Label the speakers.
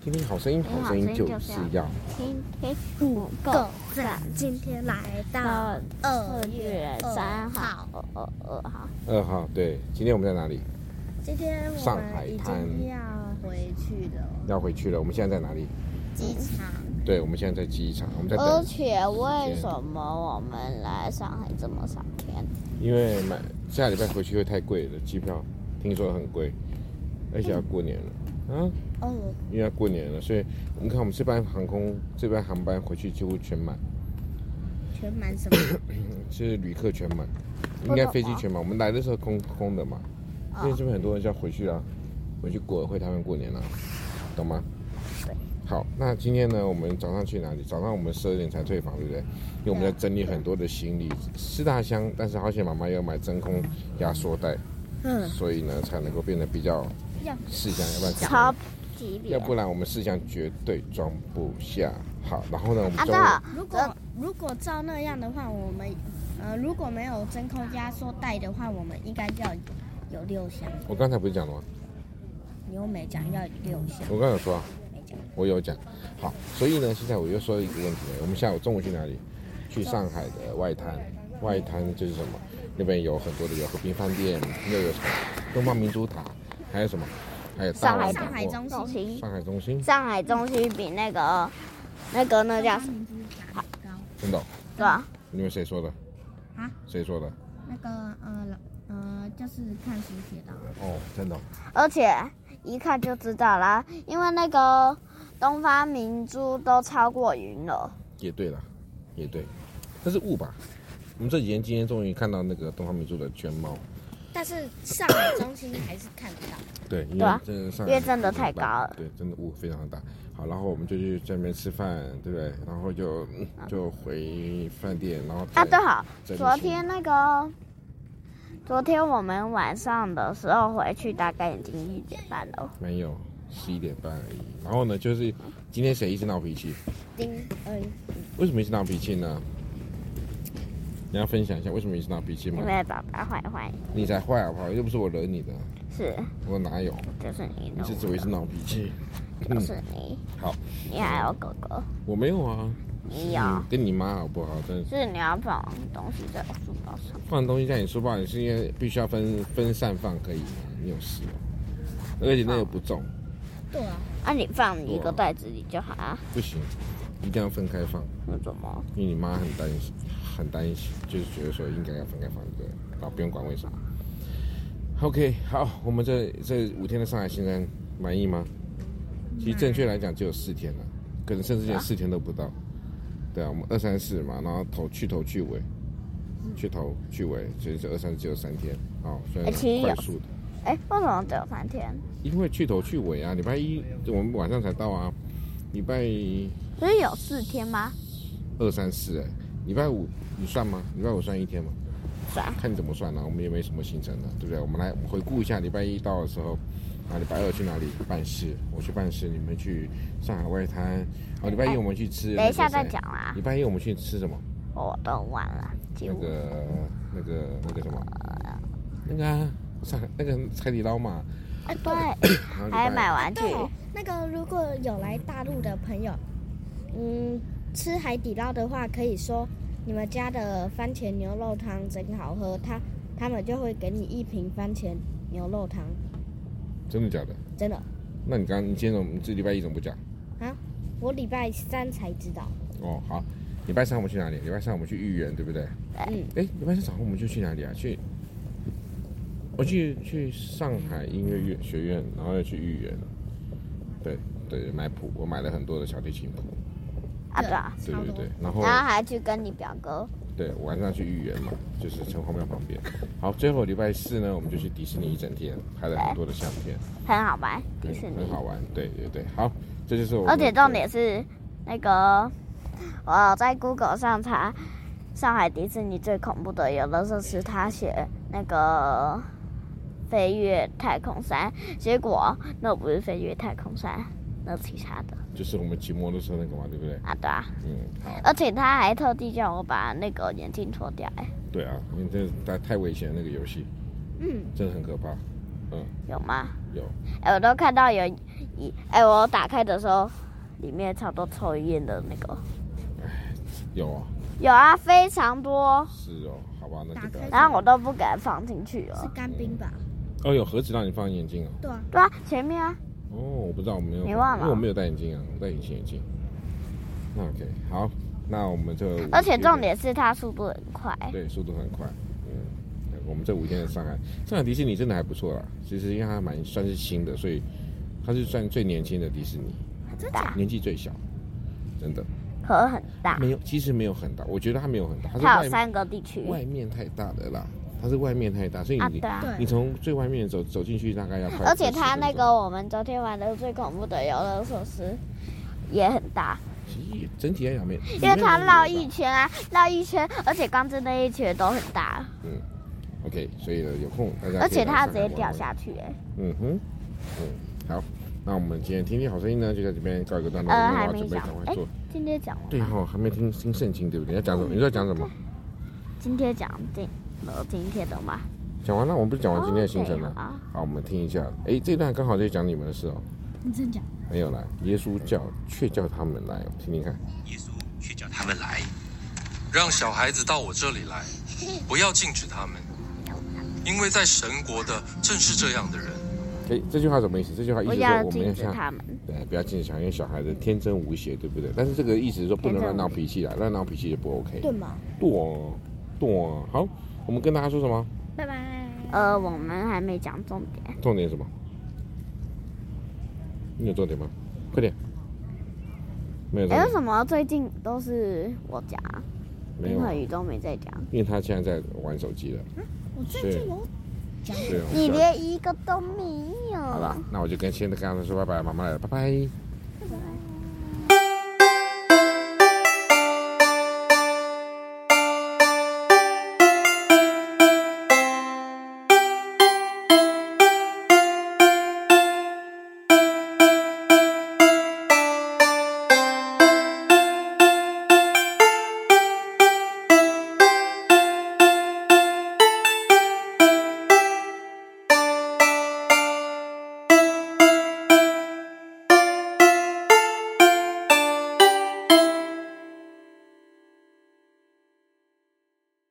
Speaker 1: 听听好声音，好声音就是要
Speaker 2: 听听不
Speaker 3: 够
Speaker 2: 够
Speaker 3: 赞
Speaker 2: 赞。，
Speaker 3: 今天来到
Speaker 2: 到
Speaker 3: 二
Speaker 2: 二
Speaker 3: 月
Speaker 2: 月
Speaker 3: 三
Speaker 2: 三
Speaker 3: 号
Speaker 2: 号，。哦二二二号，
Speaker 1: 二号。对，今天我们在哪里？
Speaker 3: 今天我
Speaker 1: 上海
Speaker 3: 们已
Speaker 1: 滩
Speaker 3: 经要回去了，
Speaker 1: 要回去了。我们现在在哪里？
Speaker 3: 机场。
Speaker 1: 对，我们现在在机场，我们在
Speaker 2: 而
Speaker 1: 等，
Speaker 2: 且为什么我们来上海这么少天？
Speaker 1: 因为买下礼拜回去会太贵了，机票听说很贵，而且要过年了啊，
Speaker 3: 哦，
Speaker 1: 因为要过年了，所以我们看我们这班航空这班航班回去几乎全满，
Speaker 3: 全满什么？
Speaker 1: 是旅客全满，应该飞机全满。我们来的时候空空的嘛，
Speaker 3: 啊
Speaker 1: 因为
Speaker 2: 哦
Speaker 1: 这边很多人就要回去啊，回去过回台湾过年了、懂吗？
Speaker 3: 对。
Speaker 1: 好，那今天呢，我们早上去哪里？早上我们十二点才退房，对不对？因为我们在整理很多的行李，四大箱，但是好险妈妈要买真空压缩袋，
Speaker 3: 嗯，
Speaker 1: 所以呢才能够变得比较
Speaker 3: 要
Speaker 1: 四箱，要不然
Speaker 2: 超级
Speaker 1: 要
Speaker 2: 扁。
Speaker 1: 不然我们四箱绝对装不下。好，然后呢，我们
Speaker 2: 啊，
Speaker 1: 中午、
Speaker 2: 对了，
Speaker 3: 如果如果照那样的话，我们呃如果没有真空压缩袋的话，我们应该要有六箱。
Speaker 1: 我刚才不是讲了吗？
Speaker 3: 你又没讲要有六箱，
Speaker 1: 我刚才有说啊，
Speaker 3: 没讲。
Speaker 1: 我有讲。好，所以呢，现在我又说一个问题了，我们下午中午去哪里？去上海的外滩，外滩就是什么？那边有很多的有和平饭店，又有什么东方明珠塔，还有什么？还有大
Speaker 2: 上海
Speaker 1: 湾百货
Speaker 3: 上海中
Speaker 2: 中
Speaker 3: 心
Speaker 2: 心，
Speaker 1: 上海中心，
Speaker 2: 上海中心比那个那个那叫什么？
Speaker 1: 真的哦、
Speaker 2: 对吧？
Speaker 1: 你们谁说的？
Speaker 3: 啊？
Speaker 1: 谁说的？
Speaker 3: 那个呃老呃就是看书写的。
Speaker 1: 哦，真的哦、
Speaker 2: 而且一看就知道啦，因为那个东方明珠都超过云了。
Speaker 1: 也对啦，也对，这是雾吧？我们这几天今天终于看到那个东方明珠的全貌。
Speaker 3: 但是上海中心还是看不到。
Speaker 1: 对，因
Speaker 2: 对
Speaker 1: 为
Speaker 2: 啊
Speaker 1: 真的上
Speaker 2: 因为
Speaker 1: 海
Speaker 2: 真的
Speaker 1: 雾很
Speaker 2: 太
Speaker 1: 大
Speaker 2: 高了
Speaker 1: 对，真的雾非常大。好，然后我们就去这边吃饭，对不对？然后就嗯就回饭店，然后
Speaker 2: 啊，
Speaker 1: 再
Speaker 2: 对好，
Speaker 1: 再去
Speaker 2: 昨
Speaker 1: 吃
Speaker 2: 天那个，昨天我们晚上的时候回去，大概已经一点半了。
Speaker 1: 没有十一点半而已。然后呢，就是今天谁一直闹脾气？
Speaker 3: 丁恩，
Speaker 1: 为什么一直闹脾气呢？你要分享一下为什么一直闹脾气吗
Speaker 2: 因？为爸爸坏坏
Speaker 1: 你才坏好不好？又不是我惹你的，
Speaker 2: 是，
Speaker 1: 我哪有？
Speaker 2: 就是你
Speaker 1: 你
Speaker 2: 弄
Speaker 1: 是只会一直
Speaker 2: 的，
Speaker 1: 闹脾气。
Speaker 2: 就是你，
Speaker 1: 好，
Speaker 2: 你还有哥哥，
Speaker 1: 我没有啊，
Speaker 2: 你有，
Speaker 1: 嗯跟你妈好不好？真的是
Speaker 2: 是你要放东西在我书包上。
Speaker 1: 放东西在你书包里是因为必须要分分散放，可以吗？你有事哦，而且那个不重，
Speaker 3: 对啊，
Speaker 2: 那、你放你一个袋子里就好啊，
Speaker 1: 不行，一定要分开放，
Speaker 2: 那怎么？
Speaker 1: 因为你妈很担心，很担心，就是觉得说应该要分开放对，然后不用管为什么。OK，好，我们这这五天的上海行程满意吗？其实正确来讲只有四天了，可能甚至连四天都不到。对啊，我们二三四嘛，然后头去头去尾，去头去尾，所以这二三四只有三天，哦，虽然
Speaker 2: 哎其实
Speaker 1: 快
Speaker 2: 有
Speaker 1: 速的。
Speaker 2: 哎，为什么只有三天？
Speaker 1: 因为去头去尾啊，礼拜一我们晚上才到啊，礼拜
Speaker 2: 不是有四天吗？
Speaker 1: 二三四哎，礼拜五你算吗？礼拜五算一天吗？
Speaker 2: 算，
Speaker 1: 看你怎么算啊了、我们也没什么行程了，对不对？我们来回顾一下礼拜一到的时候，啊，礼拜二去哪里办事？我去办事，你们去上海外滩。哦，礼拜一我们去吃、
Speaker 2: 等一下再讲。啦，
Speaker 1: 礼拜一我们去吃什么？
Speaker 2: 我都忘了，几
Speaker 1: 那
Speaker 2: 乎。
Speaker 1: 个那个那个什么？那个、啊、上海那个海底捞嘛。
Speaker 2: 哎，对。
Speaker 1: 然后礼拜
Speaker 2: 还买玩具，
Speaker 3: 对哦，那个如果有来大陆的朋友，嗯，吃海底捞的话，可以说你们家的番茄牛肉汤真好喝，他他们就会给你一瓶番茄牛肉汤，
Speaker 1: 真的假的？
Speaker 3: 真的。
Speaker 1: 那你刚你今天怎么你这礼拜一怎么不讲？
Speaker 3: 我礼拜三才知道，
Speaker 1: 哦，好，礼拜三我们去哪里？礼拜三我们去豫园，对不对？
Speaker 3: 嗯，
Speaker 1: 哎，礼拜三早上我们就去哪里啊？去，我去去上海音乐院学院，然后又去豫园。啊对对，买谱，我买了很多的小提琴谱，
Speaker 2: 啊对啊，
Speaker 1: 对
Speaker 3: 超
Speaker 1: 对
Speaker 3: 多
Speaker 1: 对。然后
Speaker 2: 然后还去跟你表哥，
Speaker 1: 对晚上去豫园嘛，就是城隍庙旁边。好，最后礼拜四呢，我们就去迪士尼一整天，拍了很多的相片，
Speaker 2: 很好玩，迪士
Speaker 1: 很
Speaker 2: 尼哦
Speaker 1: 很，好玩。对对对，好，这就是我们。
Speaker 2: 而且重点是那个我在 Google 上查上海迪士尼最恐怖的游乐设施，他写那个飞越太空山，结果那不是飞越太空山，那其他的
Speaker 1: 就是我们骑摩托车那个嘛，对不对？
Speaker 2: 啊对啊，
Speaker 1: 嗯，好。
Speaker 2: 而且他还特地叫我把那个眼镜脱掉，哎
Speaker 1: 对啊，因为这太太危险了那个游戏，
Speaker 3: 嗯，
Speaker 1: 真的很可怕。嗯，
Speaker 2: 有吗？
Speaker 1: 有，
Speaker 2: 哎、我都看到有一，哎、我打开的时候，里面超多抽烟的那个，
Speaker 1: 有啊，
Speaker 2: 有啊，非常多，
Speaker 1: 是哦，好吧，那就不要
Speaker 3: 打
Speaker 1: 讲。
Speaker 3: 开
Speaker 2: 然后我都不敢放进去
Speaker 3: 是
Speaker 2: 了。
Speaker 3: 干冰吧？
Speaker 1: 哦，有盒子让你放眼镜哦。
Speaker 3: 对啊，
Speaker 2: 对啊，前面啊，
Speaker 1: 哦，我不知道，我没有，
Speaker 2: 你忘了
Speaker 1: 因为我没有戴眼镜啊，我戴隐形眼镜。那 OK，好，那我们就
Speaker 2: 而且重点是它速度很快。
Speaker 1: 对，速度很快。嗯，我们这五天的上海，上海迪士尼真的还不错啦。其实因为它蛮算是新的，所以它是算最年轻的迪士尼，
Speaker 3: 真
Speaker 2: 大，
Speaker 1: 年纪最小，真的
Speaker 2: 河很大，
Speaker 1: 没有，其实没有很大，我觉得它没有很大，
Speaker 2: 它
Speaker 1: 它
Speaker 2: 有
Speaker 1: 是外
Speaker 2: 三个地区。
Speaker 1: 外面太大了啦，它是外面太大，所以
Speaker 2: 啊，
Speaker 1: 你、
Speaker 2: 对啊。
Speaker 1: 你
Speaker 3: 对，
Speaker 1: 从最外面走走进去大概要快，
Speaker 2: 而且它那个我们昨天玩的最恐怖的游乐设施也很大，
Speaker 1: 其实整体来讲没，因
Speaker 2: 因为它绕一圈啊，绕一圈，而且刚才那一圈都很大，
Speaker 1: OK，所以呢有空大家
Speaker 2: 而且
Speaker 1: 它
Speaker 2: 它直接掉下去、哎，
Speaker 1: 嗯哼，嗯，好，那我们今天听听好声音呢，就在这边告一个段落，
Speaker 2: 呃
Speaker 1: 因为我
Speaker 2: 还
Speaker 1: 要
Speaker 2: 没
Speaker 1: 准备
Speaker 2: 讲
Speaker 1: 赶快
Speaker 2: 哎
Speaker 1: 做。
Speaker 2: 今天讲完
Speaker 1: 对
Speaker 2: 了，
Speaker 1: 哈、还没听听圣经对不对？要讲什么？你要讲什么？
Speaker 2: 今天讲定了今天的吗？
Speaker 1: 讲完了，我们不是讲完今天的行程了
Speaker 2: 哦。对啊
Speaker 1: 好，我们听一下。哎，这段刚好在讲你们的事哦。
Speaker 3: 你真讲。
Speaker 1: 没有啦，耶稣叫却叫他们来哦，听听看。
Speaker 4: 耶稣却叫他们来，让小孩子到我这里来，不要禁止他们，因为在神国的正是这样的人。
Speaker 1: 哎，这句话什么意思？这句话意
Speaker 2: 不
Speaker 1: 思
Speaker 2: 要
Speaker 1: 说我们
Speaker 2: 禁
Speaker 1: 要
Speaker 2: 止
Speaker 1: 像
Speaker 2: 他们，
Speaker 1: 对，哎不要禁止小孩，因为小孩子天真无邪，对不对？但是这个意思是说不能乱闹脾气啦，乱闹脾气就不 OK。
Speaker 3: 对嘛？
Speaker 1: 剁剁，好，我们跟大家说什么？
Speaker 3: 拜拜。
Speaker 2: 呃，我们还没讲重点，
Speaker 1: 重点是什么？你有重点吗？快点。没有重
Speaker 2: 哎、为
Speaker 1: 点，
Speaker 2: 什么最近都是我讲，
Speaker 1: 没
Speaker 2: 林
Speaker 1: 有啊
Speaker 2: 和，宇都没在讲？
Speaker 1: 因为他现在在玩手机了。
Speaker 3: 嗯
Speaker 1: 啊
Speaker 3: 我最近有讲
Speaker 1: 对，我们
Speaker 2: 你
Speaker 1: 就
Speaker 2: 连一个都没有。
Speaker 1: 好了，那我就跟现在跟他们说拜拜，妈妈来了，拜拜。
Speaker 3: 拜拜。